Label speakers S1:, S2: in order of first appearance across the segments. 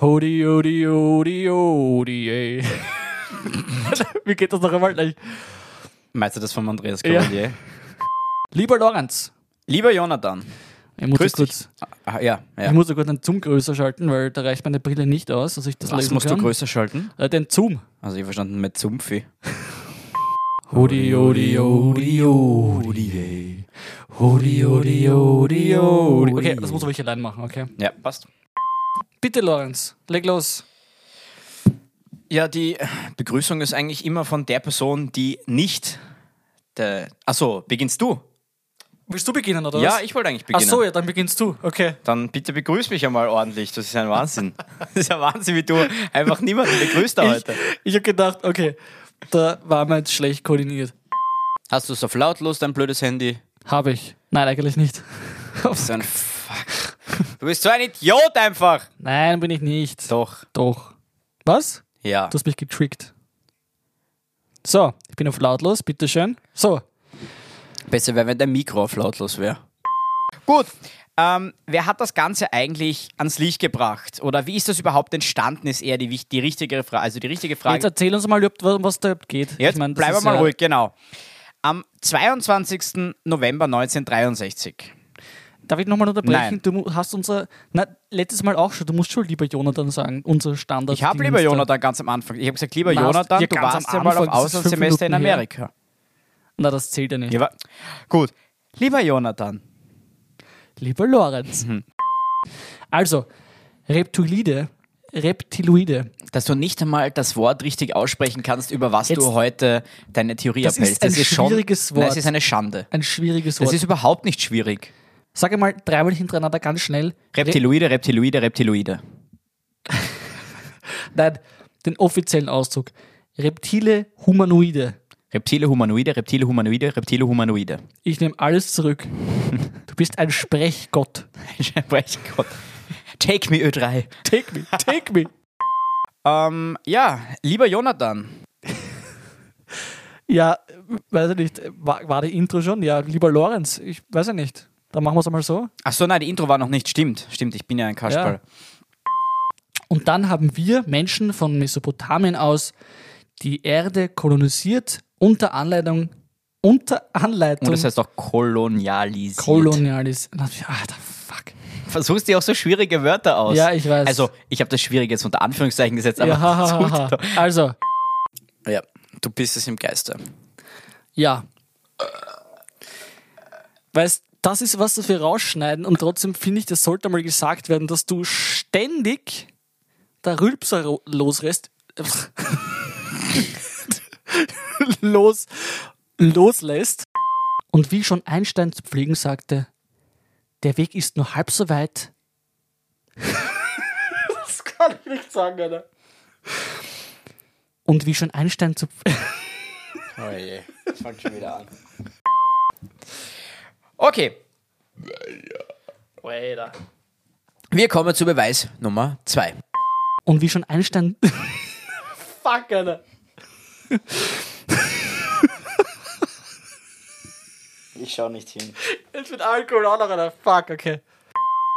S1: Hodi, hodi, hodi, hodi, ey. Wie geht das noch einmal gleich?
S2: Meinst du das von Andreas Cavalier?
S1: Lieber Lorenz,
S2: Lieber Jonathan.
S1: ich muss,
S2: Grüß
S1: da kurz,
S2: Ah, ja, ja.
S1: ich muss da kurz den Zoom größer schalten, weil da reicht meine Brille nicht aus, dass ich das
S2: Was
S1: lesen
S2: musst
S1: kann.
S2: du größer schalten?
S1: Äh, den Zoom.
S2: Also ich hab verstanden mit Zumpfi.
S1: Hodi, hodi, hodi, hodi, ey. Hodi, hodi, hodi, hodi. Okay, das muss aber ich allein machen, okay?
S2: Ja, passt.
S1: Bitte, Lorenz, leg los.
S2: Ja, die Begrüßung ist eigentlich immer von der Person, die nicht der. Achso, beginnst du?
S1: Willst du beginnen, oder
S2: Ja,
S1: was?
S2: ich wollte eigentlich
S1: Ach
S2: beginnen.
S1: so, ja, dann beginnst du. Okay.
S2: Dann bitte begrüß mich einmal ordentlich. Das ist ja ein Wahnsinn. das ist ja Wahnsinn, wie du einfach niemanden begrüßt da heute.
S1: Ich, ich habe gedacht, okay, da war man jetzt schlecht koordiniert.
S2: Hast du es auf lautlos, dein blödes Handy?
S1: Habe ich. Nein, eigentlich nicht.
S2: So ein Fuck. Du bist so ein Idiot einfach.
S1: Nein, bin ich nicht.
S2: Doch.
S1: Doch. Was?
S2: Ja.
S1: Du hast mich getrickt. So, ich bin auf lautlos, bitteschön. So,
S2: Besser wäre, wenn dein Mikro auf lautlos wäre. Gut. Ähm, wer hat das Ganze eigentlich ans Licht gebracht? Oder wie ist das überhaupt entstanden, ist eher die, wich- die, richtigere, Fra also die richtige Frage.
S1: jetzt erzähl uns mal, überhaupt, was was da überhaupt geht. Ich
S2: Jetzt
S1: mein, das
S2: bleiben wir
S1: ist
S2: mal
S1: ja-
S2: ruhig, genau. Am 22. November 1963.
S1: Darf ich nochmal unterbrechen?
S2: Nein.
S1: Du mu- hast unser. Na, letztes Mal auch schon. Du musst schon lieber Jonathan sagen, unser Standard.
S2: Ich habe lieber Jonathan ganz am Anfang. Ich habe gesagt, lieber
S1: Na, hast-
S2: Jonathan,
S1: ja,
S2: du
S1: ganz
S2: warst
S1: am
S2: ja mal auf
S1: Anfang, das ist fünf
S2: Auslandssemester in
S1: Minuten her.
S2: Amerika.
S1: Na, das zählt ja nicht.
S2: Ja, wa- gut. Lieber Jonathan,
S1: Lieber Lorenz.
S2: Mhm.
S1: Also, Reptilide. Reptiloide.
S2: dass du nicht einmal das Wort richtig aussprechen kannst, über was
S1: Jetzt-
S2: du heute deine Theorie
S1: Das
S2: abhältst.
S1: ist ein schwieriges
S2: Nein, es
S1: Wort.
S2: ist eine Schande.
S1: Ein schwieriges
S2: Das
S1: Wort.
S2: ist überhaupt nicht schwierig.
S1: Sag einmal dreimal hintereinander ganz schnell.
S2: Reptiloide, Reptiloide, Reptiloide.
S1: Re- Nein, den offiziellen Ausdruck. Reptile, Humanoide.
S2: Reptile, Humanoide, Reptile, Humanoide, Reptile, Humanoide.
S1: Ich nehme alles zurück. Du bist ein Sprechgott.
S2: Sprech Gott. Take me, Ö3.
S1: Take me, take me.
S2: Ähm, ja, lieber Jonathan.
S1: Ja, weiß ich nicht. War, war die Intro schon? Ja, lieber Lorenz, ich weiß ja nicht. Dann machen wir es einmal so.
S2: Ach so, nein, die Intro war noch nicht. Stimmt, stimmt, ich bin ja ein Kasperl.
S1: Und dann haben wir Menschen von Mesopotamien aus die Erde kolonisiert unter Anleitung, unter Anleitung
S2: Und das heißt auch kolonialisiert.
S1: kolonialis. Ah, the fuck.
S2: Versuchst dir auch so schwierige Wörter aus.
S1: Ja, ich weiß.
S2: Also, ich habe das schwierig jetzt unter Anführungszeichen gesetzt, aber
S1: ja, ha, ha,
S2: versuch
S1: ha,
S2: doch.
S1: ha. Also,
S2: Ja, du bist es im Geiste.
S1: ja. Weißt, das ist was, das wir rausschneiden und trotzdem finde ich, das sollte mal gesagt werden, dass du ständig da Rülpser ro- loslässt. Los, loslässt. Und wie schon Einstein zu pflegen sagte, der Weg ist nur halb so weit. das kann ich nicht sagen, Alter. Und wie schon Einstein zu pflegen.
S2: Oh je, das fängt schon wieder an. Okay,
S1: Oh,
S2: wir kommen zu Beweis Nummer 2.
S1: Und wie schon Einstein. Fuck, Alter.
S2: Ich schaue nicht hin.
S1: Jetzt mit Alkohol auch noch, Alter. Fuck, okay.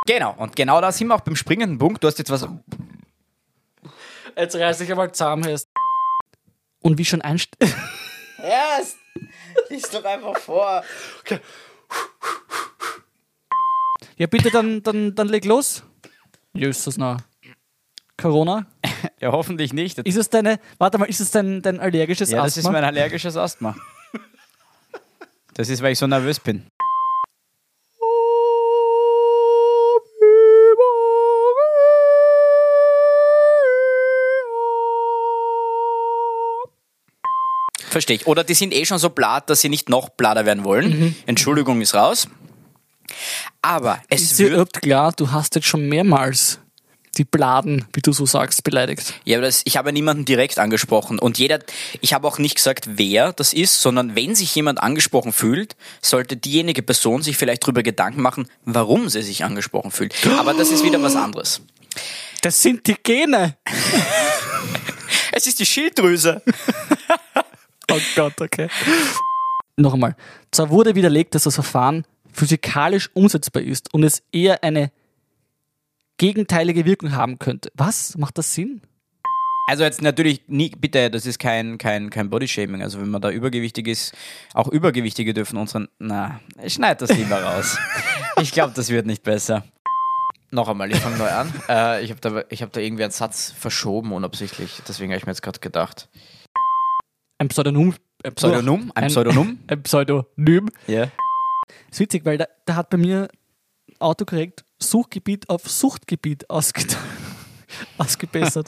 S2: Genau, und genau da sind wir auch beim springenden Punkt. Du hast jetzt was.
S1: Jetzt reiß dich einmal zusammen, Hest. Und wie schon Einstein.
S2: Yes! Lies doch einfach vor.
S1: ja, bitte, dann, dann, dann leg los. Jesus, na. Corona?
S2: Ja, hoffentlich nicht.
S1: Ist es deine. Warte mal, ist es dein, dein allergisches
S2: ja, das ist
S1: Asthma?
S2: mein allergisches Asthma. Das ist, weil ich so nervös bin. Verstehe ich. Oder die sind eh schon so blatt, dass sie nicht noch blader werden wollen.
S1: Mhm.
S2: Entschuldigung ist raus. Aber es
S1: ist dir
S2: wird.
S1: überhaupt klar, du hast jetzt schon mehrmals die Bladen, wie du so sagst, beleidigt.
S2: Ja, aber das, ich habe niemanden direkt angesprochen. Und jeder, ich habe auch nicht gesagt, wer das ist, sondern wenn sich jemand angesprochen fühlt, sollte diejenige Person sich vielleicht darüber Gedanken machen, warum sie sich angesprochen fühlt. Aber das ist wieder was anderes.
S1: Das sind die Gene!
S2: Es ist die Schilddrüse.
S1: Oh Gott, okay. Noch einmal. Zwar wurde widerlegt, dass das Verfahren physikalisch umsetzbar ist und es eher eine gegenteilige Wirkung haben könnte. Was? Macht das Sinn?
S2: Also jetzt natürlich, nie, bitte, das ist kein, kein, kein Bodyshaming. Also wenn man da übergewichtig ist, auch Übergewichtige dürfen unseren... Na, schneid das lieber raus. ich glaube, das wird nicht besser.
S3: Noch einmal, ich fange neu an. Äh, ich habe da, ich hab da irgendwie einen Satz verschoben, unabsichtlich. Deswegen habe ich mir jetzt gerade gedacht.
S1: Ein Pseudonym. Ein
S2: Pseudonym? Ein
S1: Ein-
S2: Pseudonym?
S1: Ein Pseudonym.
S2: Ja.
S1: Ist witzig, weil da, da hat bei mir autokorrekt Suchgebiet auf Suchtgebiet ausgeta- ausgebessert.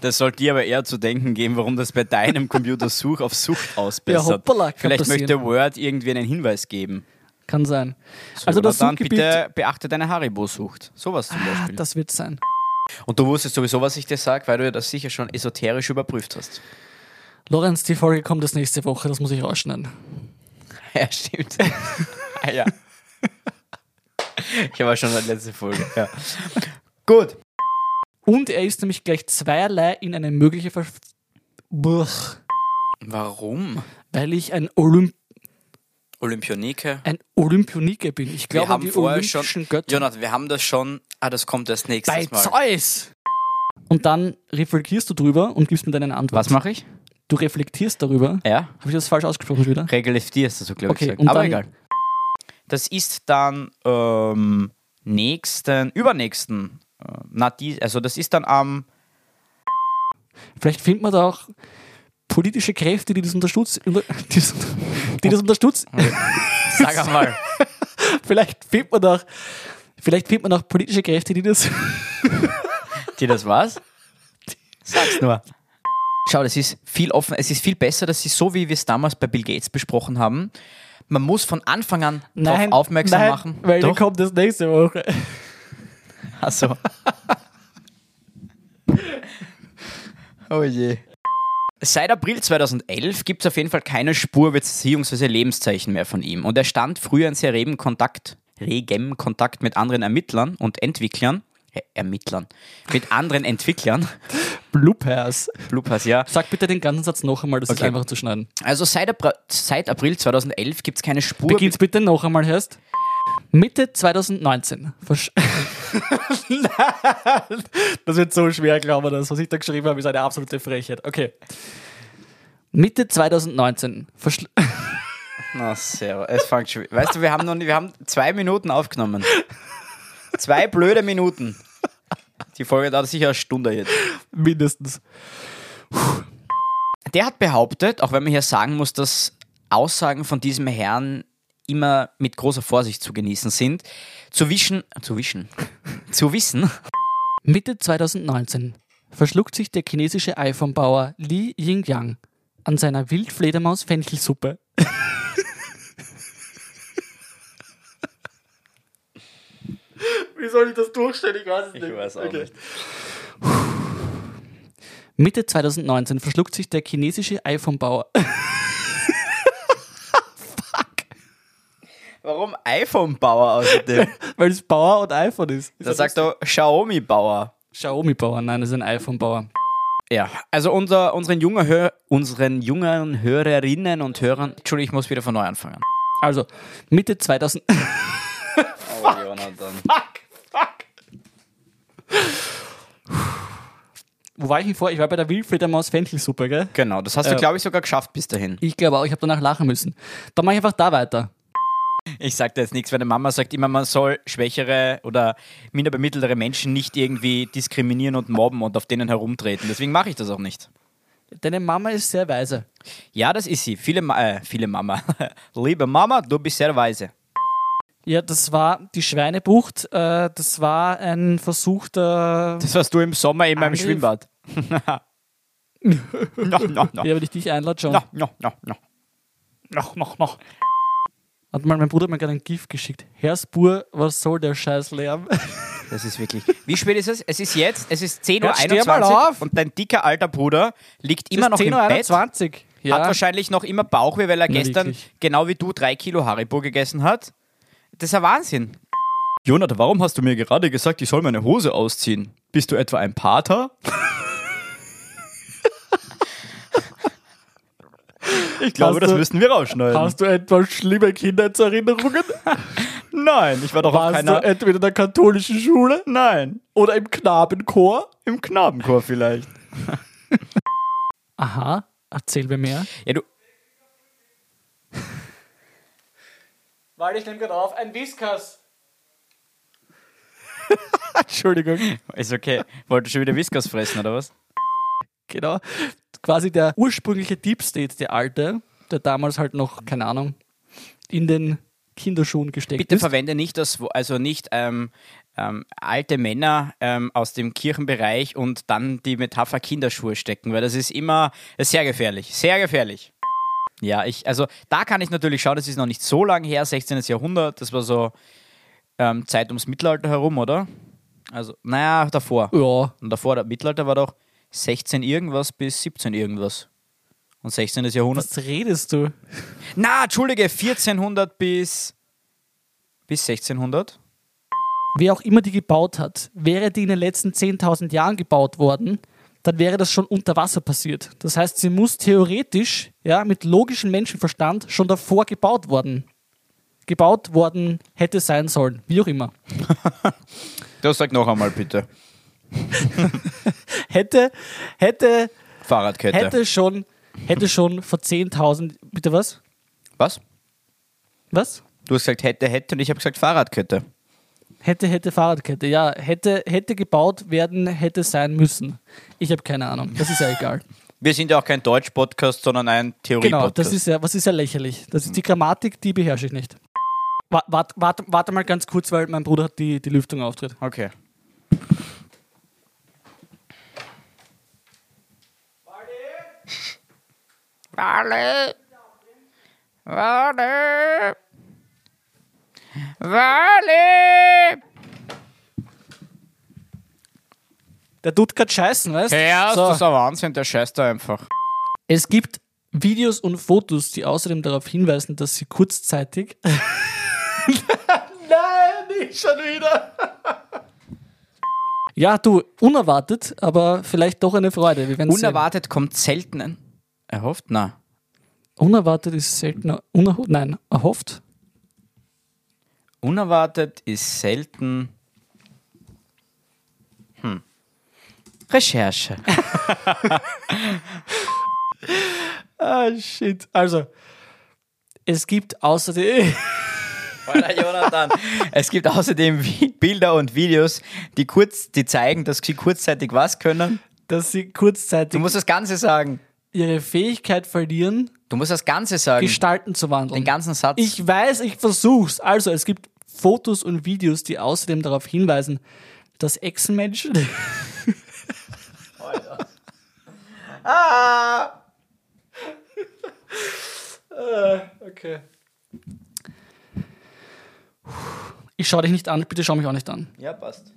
S2: Das sollte dir aber eher zu denken geben, warum das bei deinem Computer Such auf Sucht ausbessert.
S1: Ja, hoppala, kann
S2: Vielleicht
S1: passieren.
S2: möchte Word irgendwie einen Hinweis geben.
S1: Kann sein.
S2: So,
S1: also das
S2: Jonathan,
S1: Suchgebiet.
S2: bitte beachte deine Haribo-Sucht. Sowas zum
S1: ah,
S2: Beispiel.
S1: das wird sein.
S3: Und du wusstest sowieso, was ich dir sage, weil du ja das sicher schon esoterisch überprüft hast.
S1: Lorenz, die Folge kommt das nächste Woche, das muss ich rausschneiden.
S3: Ja, stimmt. ah, ja. Ich habe schon die letzte Folge. Ja.
S2: Gut.
S1: Und er ist nämlich gleich zweierlei in eine mögliche Ver Buh,
S4: Warum?
S1: weil ich ein, Olymp
S4: Olympionike?
S1: ein Olympionike bin. Ich
S4: Wir
S1: glaube an
S4: haben
S1: die
S4: vorher schon.
S1: olympischen Götter.
S4: Jonathan, wir haben das schon. Ah, das kommt erst nächstes
S1: Bei
S4: Mal.
S1: Zeus! Und dann reflektierst du drüber und gibst mir deine Antwort.
S2: Was mache ich?
S1: Du reflektierst darüber.
S2: Ja.
S1: Habe ich das falsch ausgesprochen schon wieder?
S2: Regleftierst du so, glaube ich.
S1: Okay,
S2: gesagt.
S1: und
S2: Aber
S1: dann-
S2: egal. Das ist dann ähm, nächsten, übernächsten. äh, Na, die, also das ist dann am.
S1: Vielleicht findet man da auch politische Kräfte, die das unterstützen. Unter, die, das unter- die das unterstützen.
S3: Sag einmal.
S1: Vielleicht findet man da auch, vielleicht findet man auch politische Kräfte, die das.
S2: Die das was? Sag's nur.
S3: Schau, das ist viel offen. Es ist viel besser, dass sie so wie wir es damals bei Bill Gates besprochen haben. Man muss von Anfang an darauf aufmerksam
S1: nein,
S3: machen.
S1: Weil dann
S3: Doch.
S1: kommt das nächste Woche.
S3: Also,
S2: Oh je. Seit April 2011 gibt es auf jeden Fall keine Spur bzw. Lebenszeichen mehr von ihm. Und er stand früher in sehr regem Kontakt, regem Kontakt mit anderen Ermittlern und Entwicklern. Äh, Ermittlern. Mit anderen Entwicklern.
S1: Bloopers.
S2: Bloopers, ja.
S1: Sag bitte den ganzen Satz noch einmal, das ist
S2: Okay.
S1: einfach zu schneiden.
S2: Also seit, Apr seit April 2011 gibt es keine Spur.
S1: Beginn's bitte noch einmal, hörst? Mitte 2019. Versch Nein, das wird so schwer, glaube ich. Das, was ich da geschrieben habe, ist eine absolute Frechheit. Okay. Mitte 2019. Verschl
S2: Na, sehr. Es fängt schon. Weißt du, wir haben noch nie, wir haben zwei Minuten aufgenommen. Zwei blöde Minuten. Die Folge dauert sicher eine Stunde jetzt.
S1: Mindestens.
S2: Der hat behauptet, auch wenn man hier sagen muss, dass Aussagen von diesem Herrn immer mit großer Vorsicht zu genießen sind, zu wischen, zu wischen, zu wissen,
S1: Mitte 2019 verschluckt sich der chinesische iPhone-Bauer Li Yingyang an seiner Wildfledermaus-Fenchelsuppe. Wie soll ich das durchstellen? Ich weiß es nicht. Mitte 2019 verschluckt sich der chinesische iPhone-Bauer.
S2: warum iPhone-Bauer außerdem.
S1: Weil es Bauer und iPhone ist.
S2: Da sagt er Xiaomi-Bauer.
S1: Xiaomi-Bauer, nein, das ist ein iPhone-Bauer.
S2: Ja, also unser, unseren, jungen Hör, unseren jungen Hörerinnen und Hörern, Entschuldigung, ich muss wieder von neu anfangen.
S1: Also, Mitte 2000. Oh, Wo war ich denn vor? Ich war bei der Wildfledermaus-Fenchelsuppe, gell?
S2: Genau, das hast du, glaube ich, sogar geschafft bis dahin.
S1: Ich glaube auch, ich habe danach lachen müssen. Dann mache ich einfach da weiter.
S2: Ich sag da jetzt nichts, weil die Mama sagt immer, man soll schwächere oder minder bemitteltere Menschen nicht irgendwie diskriminieren und mobben und auf denen herumtreten. Deswegen mache ich das auch nicht.
S1: Deine Mama ist sehr weise.
S2: Ja, das ist sie. Viele, Ma äh, viele Mama. Liebe Mama, du bist sehr weise.
S1: Ja, das war die Schweinebucht. Äh, das war ein versuchter.
S2: Das warst du im Sommer in meinem
S1: Angriff.
S2: Schwimmbad. no, no, no.
S1: Ja, wenn ich dich einlade, schon.
S2: No, no, no, no.
S1: Noch, noch, noch. Hat mal mein Bruder hat mir gerade ein GIF geschickt. Hersbur, was soll der scheiß Lärm?
S2: Das ist wirklich. Wie spät ist es? Es ist jetzt, es ist
S1: Jetzt steh
S2: 10.21
S1: mal
S2: Uhr
S1: auf.
S2: und dein dicker alter Bruder liegt immer noch im Bett.
S1: 10.21 Uhr. Ja.
S2: Hat wahrscheinlich noch immer Bauchweh, weil er
S1: Na,
S2: gestern,
S1: wirklich.
S2: genau wie du, drei Kilo Haribo gegessen hat. Das ist ja Wahnsinn. Jonathan, warum hast du mir gerade gesagt, ich soll meine Hose ausziehen? Bist du etwa ein Pater? ich
S1: glaube, das
S2: müssen wir rausschneiden.
S1: Hast du etwa schlimme Kindheitserinnerungen?
S2: Nein, ich war doch auf
S1: Warst du
S2: keiner.
S1: entweder in der katholischen Schule
S2: Nein,
S1: oder im Knabenchor?
S2: im Knabenchor vielleicht.
S1: Aha, erzähl mir mehr.
S2: Ja, du,
S1: Weil ich nehme gerade auf, ein Whiskas.
S2: Entschuldigung. Ist okay. Wolltest du schon wieder Whiskas fressen, oder was?
S1: Genau. Quasi der ursprüngliche Deep State, der alte, der damals halt noch, keine Ahnung, in den Kinderschuhen gesteckt
S2: Bitte
S1: ist.
S2: verwende nicht das, Wo- also nicht ähm, ähm, alte Männer ähm, aus dem Kirchenbereich und dann die Metapher Kinderschuhe stecken, weil das ist immer das ist sehr gefährlich, sehr gefährlich. Ja, ich, also da kann ich natürlich schauen, das ist noch nicht so lang her, 16. Jahrhundert, das war so ähm, Zeit ums Mittelalter herum, oder? Also, naja, davor.
S1: Ja,
S2: Und davor, der Mittelalter war doch 16 irgendwas bis 17 irgendwas. Und 16. Jahrhundert.
S1: was redest du?
S2: Na, entschuldige, 1400 bis, bis 1600.
S1: Wer auch immer die gebaut hat, wäre die in den letzten 10.000 Jahren gebaut worden, dann wäre das schon unter Wasser passiert. Das heißt, sie muss theoretisch ja, mit logischem Menschenverstand schon davor gebaut worden. Gebaut worden hätte sein sollen, wie auch immer.
S2: Das sag noch einmal bitte.
S1: Hätte, hätte,
S2: Fahrradkette.
S1: hätte schon, hätte schon vor 10.000, bitte was?
S2: Was?
S1: Was?
S2: Du hast gesagt hätte, hätte und ich habe gesagt Fahrradkette.
S1: Hätte, hätte Fahrradkette, ja, hätte, hätte gebaut werden, hätte sein müssen. Ich habe keine Ahnung, das ist ja egal.
S2: Wir sind ja auch kein Deutsch-Podcast, sondern ein
S1: Genau,
S2: Theorie-Podcast.
S1: das Mhm. ist ja, was ist ja lächerlich. Das ist die Grammatik, die beherrsche ich nicht. Wa- Warte wart, warte mal ganz kurz, weil mein Bruder hat die, die Lüftung auftritt.
S2: Okay. Warte! Warte! Warte!
S1: Der tut grad scheißen, weißt
S2: Ja,
S1: So.
S2: das ist ein Wahnsinn, der scheißt da einfach.
S1: Es gibt Videos und Fotos, die außerdem darauf hinweisen, dass sie kurzzeitig. Nein, nicht schon wieder! ja, du, unerwartet, aber vielleicht doch eine Freude. Wir werden's sehen.
S2: Unerwartet kommt selten ein. Erhofft? Na.
S1: Unerwartet ist seltener. Unerho Nein, erhofft.
S2: Unerwartet ist selten. Hm. Recherche.
S1: Ah, shit. Also, es gibt außerdem.
S2: Alter, Jonathan. es gibt außerdem Vi- Bilder und Videos, die kurz, die zeigen, dass sie kurzzeitig was können.
S1: dass sie
S2: Du
S1: kurzzeitig
S2: musst das Ganze sagen.
S1: ihre Fähigkeit verlieren,
S2: Du musst das Ganze sagen.
S1: Gestalten zu wandeln.
S2: Den ganzen Satz.
S1: ich weiß, ich versuch's. Also, es gibt Fotos und Videos, die außerdem darauf hinweisen, dass Echsenmenschen.
S2: Ah.
S1: Äh, okay. Ich schau dich nicht an, bitte schau mich auch nicht an.
S2: ja, passt.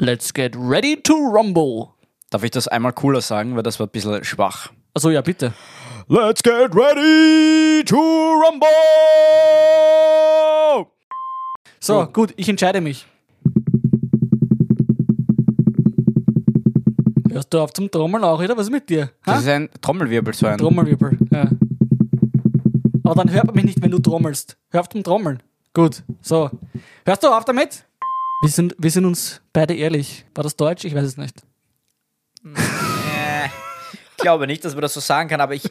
S1: Let's get ready to rumble.
S2: Darf ich das einmal cooler sagen, weil das war ein bisschen schwach.
S1: Also ja, bitte.
S2: Let's get ready to rumble!
S1: So, gut, ich entscheide mich. Hörst du auf zum Trommeln auch wieder? Was ist mit dir?
S2: Das
S1: Ha?
S2: ist ein Trommelwirbel, so ein.
S1: Trommelwirbel, ja. Aber dann hört man mich nicht, wenn du trommelst. Hör auf zum Trommeln. Gut, so. Hörst du auf damit? Wir sind, wir sind uns beide ehrlich. War das Deutsch? Ich weiß es nicht.
S2: Ich glaube nicht, dass man das so sagen kann, aber ich.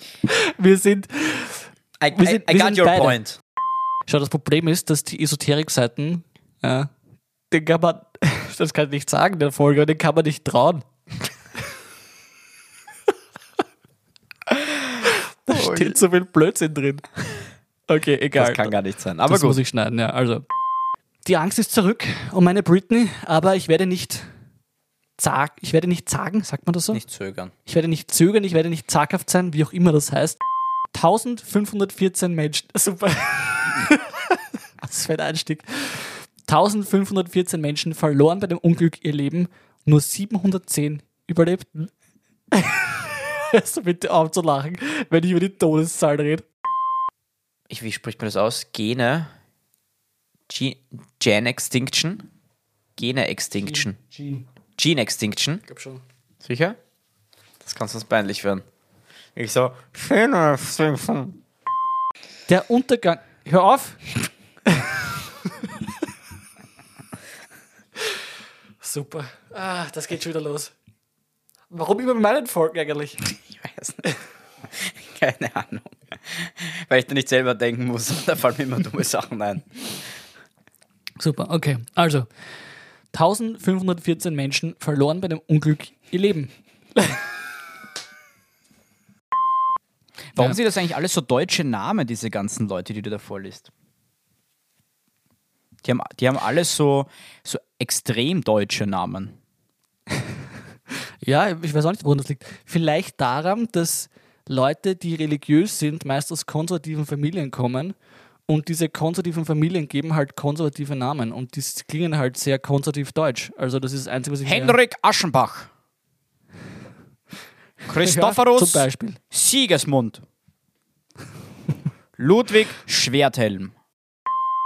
S1: Wir sind.
S2: I,
S1: Wir sind-
S2: I, I
S1: wir
S2: got
S1: sind
S2: your
S1: beide.
S2: point.
S1: Schau, das Problem ist, dass die Esoterik-Seiten, ja, den kann man, das kann ich nicht sagen, der Folge, den kann man nicht trauen. da steht so viel Blödsinn drin. Okay, egal.
S2: Oh, Das kann gar nicht sein. Aber
S1: das muss
S2: gut.
S1: ich schneiden, ja, also. Die Angst ist zurück um meine Britney, aber ich werde nicht zag, ich werde nicht zagen, sagt man das so?
S2: Nicht zögern.
S1: Ich werde nicht zögern, ich werde nicht zaghaft sein, wie auch immer das heißt. 1514 Menschen. Super. Was für ein Einstieg. 1514 Menschen verloren bei dem Unglück ihr Leben, nur 710 überlebten. Also bitte auf zu lachen, wenn ich über die Todeszahl rede.
S2: Ich, wie spricht man das aus? Gene. Ge- Gen Extinction? Gene Extinction. Gene Extinction?
S1: Ich glaube schon.
S2: Sicher? Das kann sonst peinlich werden. Ich so. Gene Extinction.
S1: Der Untergang. Hör auf! Super. Ah, das geht schon wieder los. Warum immer mit meinen Folgen eigentlich?
S2: Ich weiß nicht. Keine Ahnung. Weil ich da nicht selber denken muss. Da fallen mir immer dumme Sachen ein.
S1: Super, okay. Also, 1514 Menschen verloren bei dem Unglück ihr Leben.
S2: Warum sind das eigentlich alles so deutsche Namen, diese ganzen Leute, die du da vorliest? Die haben, die haben alles so, so extrem deutsche Namen.
S1: Ja, ich weiß auch nicht, woran das liegt. Vielleicht daran, dass Leute, die religiös sind, meist aus konservativen Familien kommen und diese konservativen Familien geben halt konservative Namen und die klingen halt sehr konservativ deutsch. Also das ist das Einzige, was ich mir-
S2: Henrik Aschenbach.
S1: zum
S2: Christophorus
S1: Beispiel.
S2: Siegesmund. Ludwig Schwerthelm.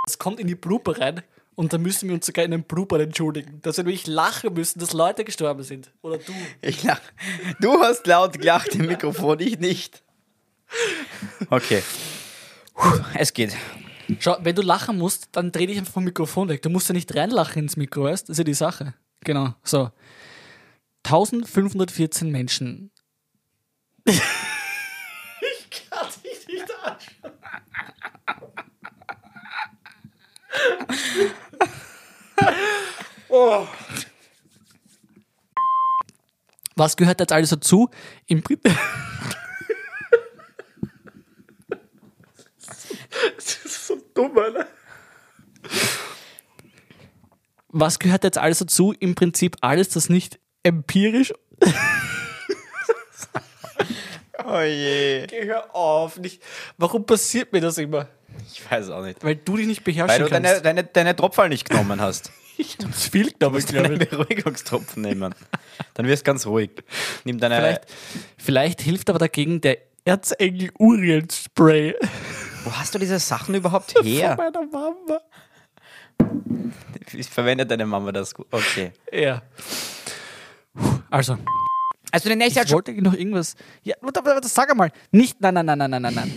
S1: Das kommt in die Blooper rein und da müssen wir uns sogar in den Blooper entschuldigen, dass wir wirklich lachen müssen, dass Leute gestorben sind. Oder du.
S2: Ich lach. Du hast laut gelacht im Mikrofon, ich nicht. Okay. Puh, es geht.
S1: Schau, wenn du lachen musst, dann dreh dich einfach vom Mikrofon weg. Du musst ja nicht reinlachen ins Mikro, weißt? Das ist ja die Sache. Genau, so. 1514 Menschen. ich kann dich nicht anschauen. Oh, Was gehört jetzt alles dazu? Im Pri was gehört jetzt alles dazu? Im Prinzip alles, das nicht empirisch
S2: Oh je.
S1: Hör auf, nicht. Warum passiert mir das immer?
S2: Ich weiß auch nicht.
S1: Weil du dich nicht
S2: Weil
S1: beherrschen
S2: du deine,
S1: kannst.
S2: deine, deine Tropfen nicht genommen hast.
S1: Das fehlt, glaube ich, glaube
S2: Deine
S1: ich.
S2: Beruhigungstropfen nehmen. Dann wirst du ganz ruhig. Nimm deine.
S1: Vielleicht, vielleicht hilft aber dagegen der Erzengel Uriel Spray
S2: Wo hast du diese Sachen überhaupt
S1: von
S2: her?
S1: meiner Mama.
S2: Ich verwende deine Mama das gut. Okay.
S1: Ja. Puh, Also,
S2: Also der nächste
S1: ich wollte noch irgendwas. Ja, warte, warte, warte, sag einmal. Nicht, nein, nein, nein, nein, nein, nein, nein.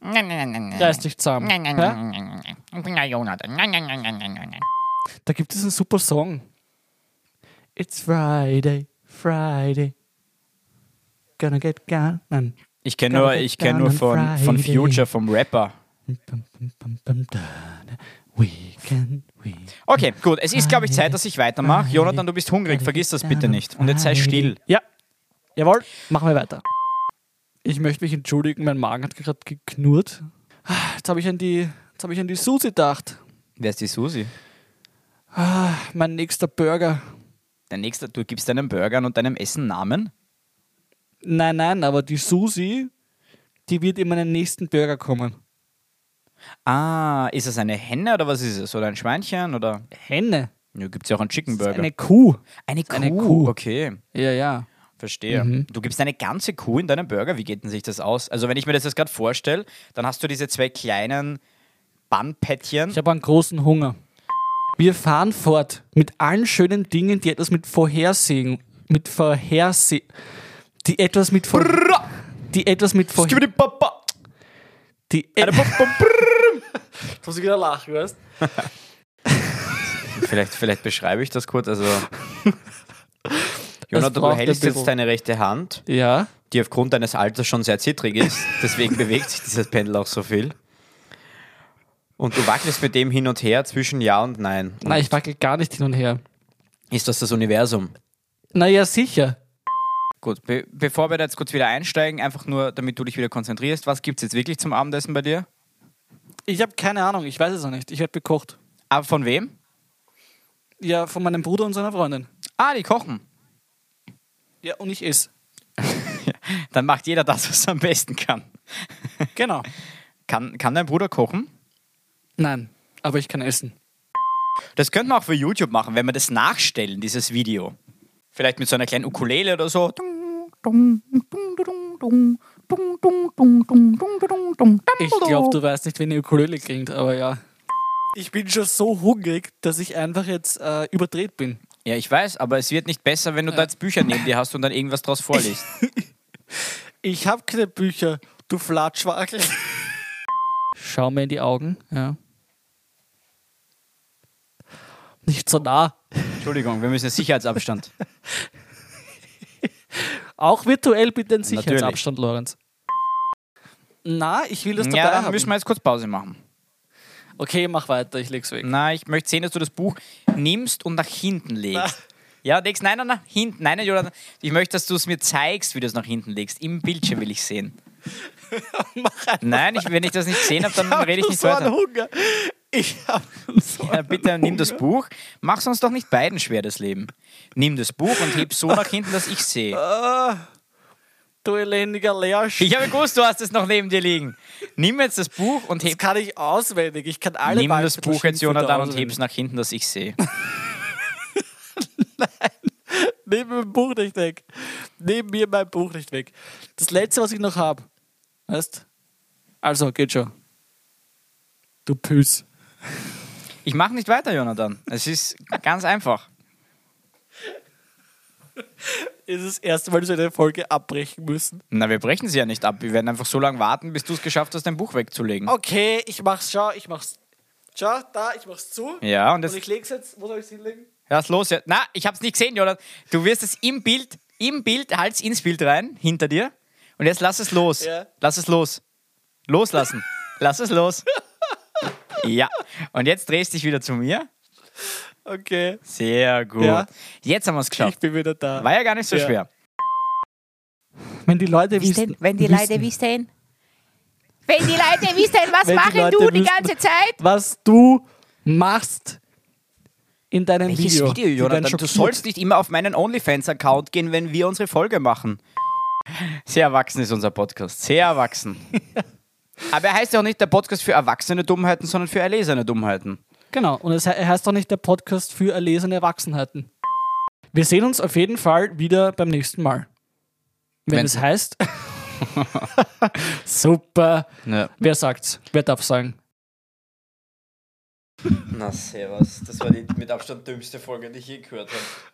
S5: Nein, nein, nein, nein.
S1: Reiß dich zusammen.
S5: Nein, nein,
S1: Ja?
S5: nein, nein, nein, nein. Ich bin der Jonathan. Nein, nein, nein, nein, nein, nein, nein.
S1: Da gibt es einen super Song. It's Friday, Friday. Gonna get gone. Nein.
S2: Ich kenne nur, ich kenn nur von, von Future, vom Rapper.
S1: Weekend, Weekend.
S2: Okay, gut. Es ist, glaube ich, Zeit, dass ich weitermache. Jonathan, du bist hungrig. Vergiss das bitte nicht. Und jetzt sei still.
S1: Ja. Jawohl, machen wir weiter. Ich möchte mich entschuldigen, mein Magen hat gerade geknurrt. Ah, Jetzt habe ich an die, jetzt habe ich an die Susi gedacht. Ah,
S2: Wer ist die Susi?
S1: Mein nächster Burger.
S2: Der nächste, du gibst deinem Burgern und deinem Essen Namen?
S1: Nein, nein, aber die Susi, die wird in meinen nächsten Burger kommen.
S2: Ah, ist es eine Henne oder was ist es? Oder ein Schweinchen? Oder
S1: Henne.
S2: ja, gibt es ja auch einen Chicken
S1: Das ist
S2: Burger.
S1: Eine Kuh.
S2: eine,
S1: eine Kuh.
S2: Okay,
S1: Ja, ja.
S2: verstehe. Du gibst eine ganze Kuh in deinen Burger. Wie geht denn sich das aus? Also, wenn ich mir das jetzt gerade vorstelle, dann hast du diese zwei kleinen Bannpättchen.
S1: Ich habe einen großen Hunger. Wir fahren fort mit allen schönen Dingen, die etwas mit Vorhersehen, mit Vorhersehen, die etwas mit Vor die etwas mit Vorher
S2: die Papa.
S1: die
S2: Eine Papa.
S1: muss ich wieder lachen, weißt?
S2: Vielleicht, vielleicht beschreibe ich das kurz. Also, Jonathan, du
S1: braucht
S2: hältst
S1: ein bisschen.
S2: jetzt deine rechte Hand,
S1: Ja.
S2: die aufgrund deines Alters schon sehr zittrig ist. Deswegen bewegt sich dieses Pendel auch so viel. Und du wackelst mit dem hin und her zwischen Ja und Nein. Und
S1: Nein, ich wackel gar nicht hin und her.
S2: Ist das das Universum?
S1: Naja, sicher.
S2: Gut, be bevor wir da jetzt kurz wieder einsteigen, einfach nur, damit du dich wieder konzentrierst, was gibt es jetzt wirklich zum Abendessen bei dir?
S1: Ich habe keine Ahnung, ich weiß es noch nicht. Ich werde bekocht.
S2: Aber Ah, von wem?
S1: Ja, von meinem Bruder und seiner Freundin.
S2: Ah, die kochen.
S1: Ja, und ich esse.
S2: Dann macht jeder das, was er am besten kann.
S1: Genau.
S2: Kann, kann dein Bruder kochen?
S1: Nein, aber ich kann essen.
S2: Das könnte man auch für YouTube machen, wenn wir das nachstellen, dieses Video. Vielleicht mit so einer kleinen Ukulele oder so.
S1: Ich glaube, du weißt nicht, wenn die Ukulele klingt, aber ja. Ich bin schon so hungrig, dass ich einfach jetzt äh, überdreht bin.
S2: Ja, ich weiß, aber es wird nicht besser, wenn du da jetzt Bücher neben dir hast und dann irgendwas draus vorliest.
S1: Ich habe keine Bücher, du Flatschwakel. Schau mir in die Augen, ja. Nicht so nah.
S2: Entschuldigung, wir müssen Sicherheitsabstand.
S1: Auch virtuell bitte einen Sicherheitsabstand, Lorenz. Na, ich will das dabei
S2: ja, dann
S1: haben.
S2: müssen wir jetzt kurz Pause machen.
S1: okay, mach weiter, ich leg's weg.
S2: Na, ich möchte sehen, dass du das Buch nimmst und nach hinten legst. Ja, legst nein, nein, nach hinten. Nein, nein, Jonathan. Ich möchte, dass du es mir zeigst, wie du es nach hinten legst. Im Bildschirm will ich sehen. Nein, ich, wenn ich das nicht gesehen habe, dann
S1: Hm,
S2: rede ich nicht
S1: so einen
S2: weiter.
S1: Hunger. Ich hab so
S2: Ja, bitte nimm das Buch. Mach's uns doch nicht beiden schwer das Leben. Nimm das Buch und heb so nach hinten, dass ich sehe.
S1: du elendiger Lehrsch.
S2: Ich habe gewusst, du hast es noch neben dir liegen. Nimm jetzt das Buch und
S1: Das
S2: heb.
S1: kann ich auswendig. Ich kann alle
S2: Nimm das
S1: Waldviertel
S2: Buch jetzt,
S1: Schimpfwörter
S2: Jonathan, und
S1: auswendig.
S2: heb's nach hinten, dass ich sehe.
S1: Neben mein Buch nicht weg. Neben mir mein Buch nicht weg. Das letzte, was ich noch habe. Weißt? Also, geht schon. Du Püß.
S2: Ich mache nicht weiter, Jonathan. Es ist ganz einfach.
S1: Ist das erste Mal, dass wir eine Folge abbrechen müssen.
S2: Na, wir brechen sie ja nicht ab. Wir werden einfach so lange warten, bis du es geschafft hast, dein Buch wegzulegen.
S1: Oh. Okay, ich mach's. Schau, ich mach's. Schau, da, ich mach's zu.
S2: Ja, und
S1: Und
S2: jetzt.
S1: ich leg's jetzt. Wo soll ich's hinlegen?
S2: Lass los. Ja. Na, ich hab's nicht gesehen, Jonathan. Du wirst es im Bild, im Bild, halt's ins Bild rein, hinter dir. Und jetzt lass es los.
S1: Ja.
S2: Lass es los. Loslassen. lass es los. Ja. Und jetzt drehst dich wieder zu mir.
S1: Okay,
S2: Sehr gut.
S1: Ja.
S2: Jetzt haben wir es geschafft.
S1: ich bin wieder da.
S2: War ja gar nicht so
S1: Ja.
S2: schwer.
S1: Wenn die Leute wissen,
S6: Wenn die Leute wissen. Wenn die Leute wissen, was
S1: Wenn die
S6: machen
S1: Leute
S6: du die
S1: wüssten.
S6: ganze Zeit?
S1: was du machst in deinem
S2: Welches
S1: Video.
S2: Video,
S1: die
S2: Jonathan?
S1: dann
S2: Du
S1: schockiert.
S2: sollst nicht immer auf meinen OnlyFans-Account gehen, wenn wir unsere Folge machen. Sehr erwachsen ist unser Podcast. Sehr erwachsen. Aber er heißt ja auch nicht der Podcast für erwachsene Dummheiten, sondern für erlesene Dummheiten.
S1: Genau, und es he- er heißt doch nicht der Podcast für erlesene Erwachsenheiten. Wir sehen uns auf jeden Fall wieder beim nächsten Mal. Wenn,
S2: Wenn-
S1: es heißt. Super.
S2: Ja.
S1: Wer sagt's? Wer darf sagen?
S2: Na, servus. Das war die mit Abstand dümmste Folge, die ich je gehört habe.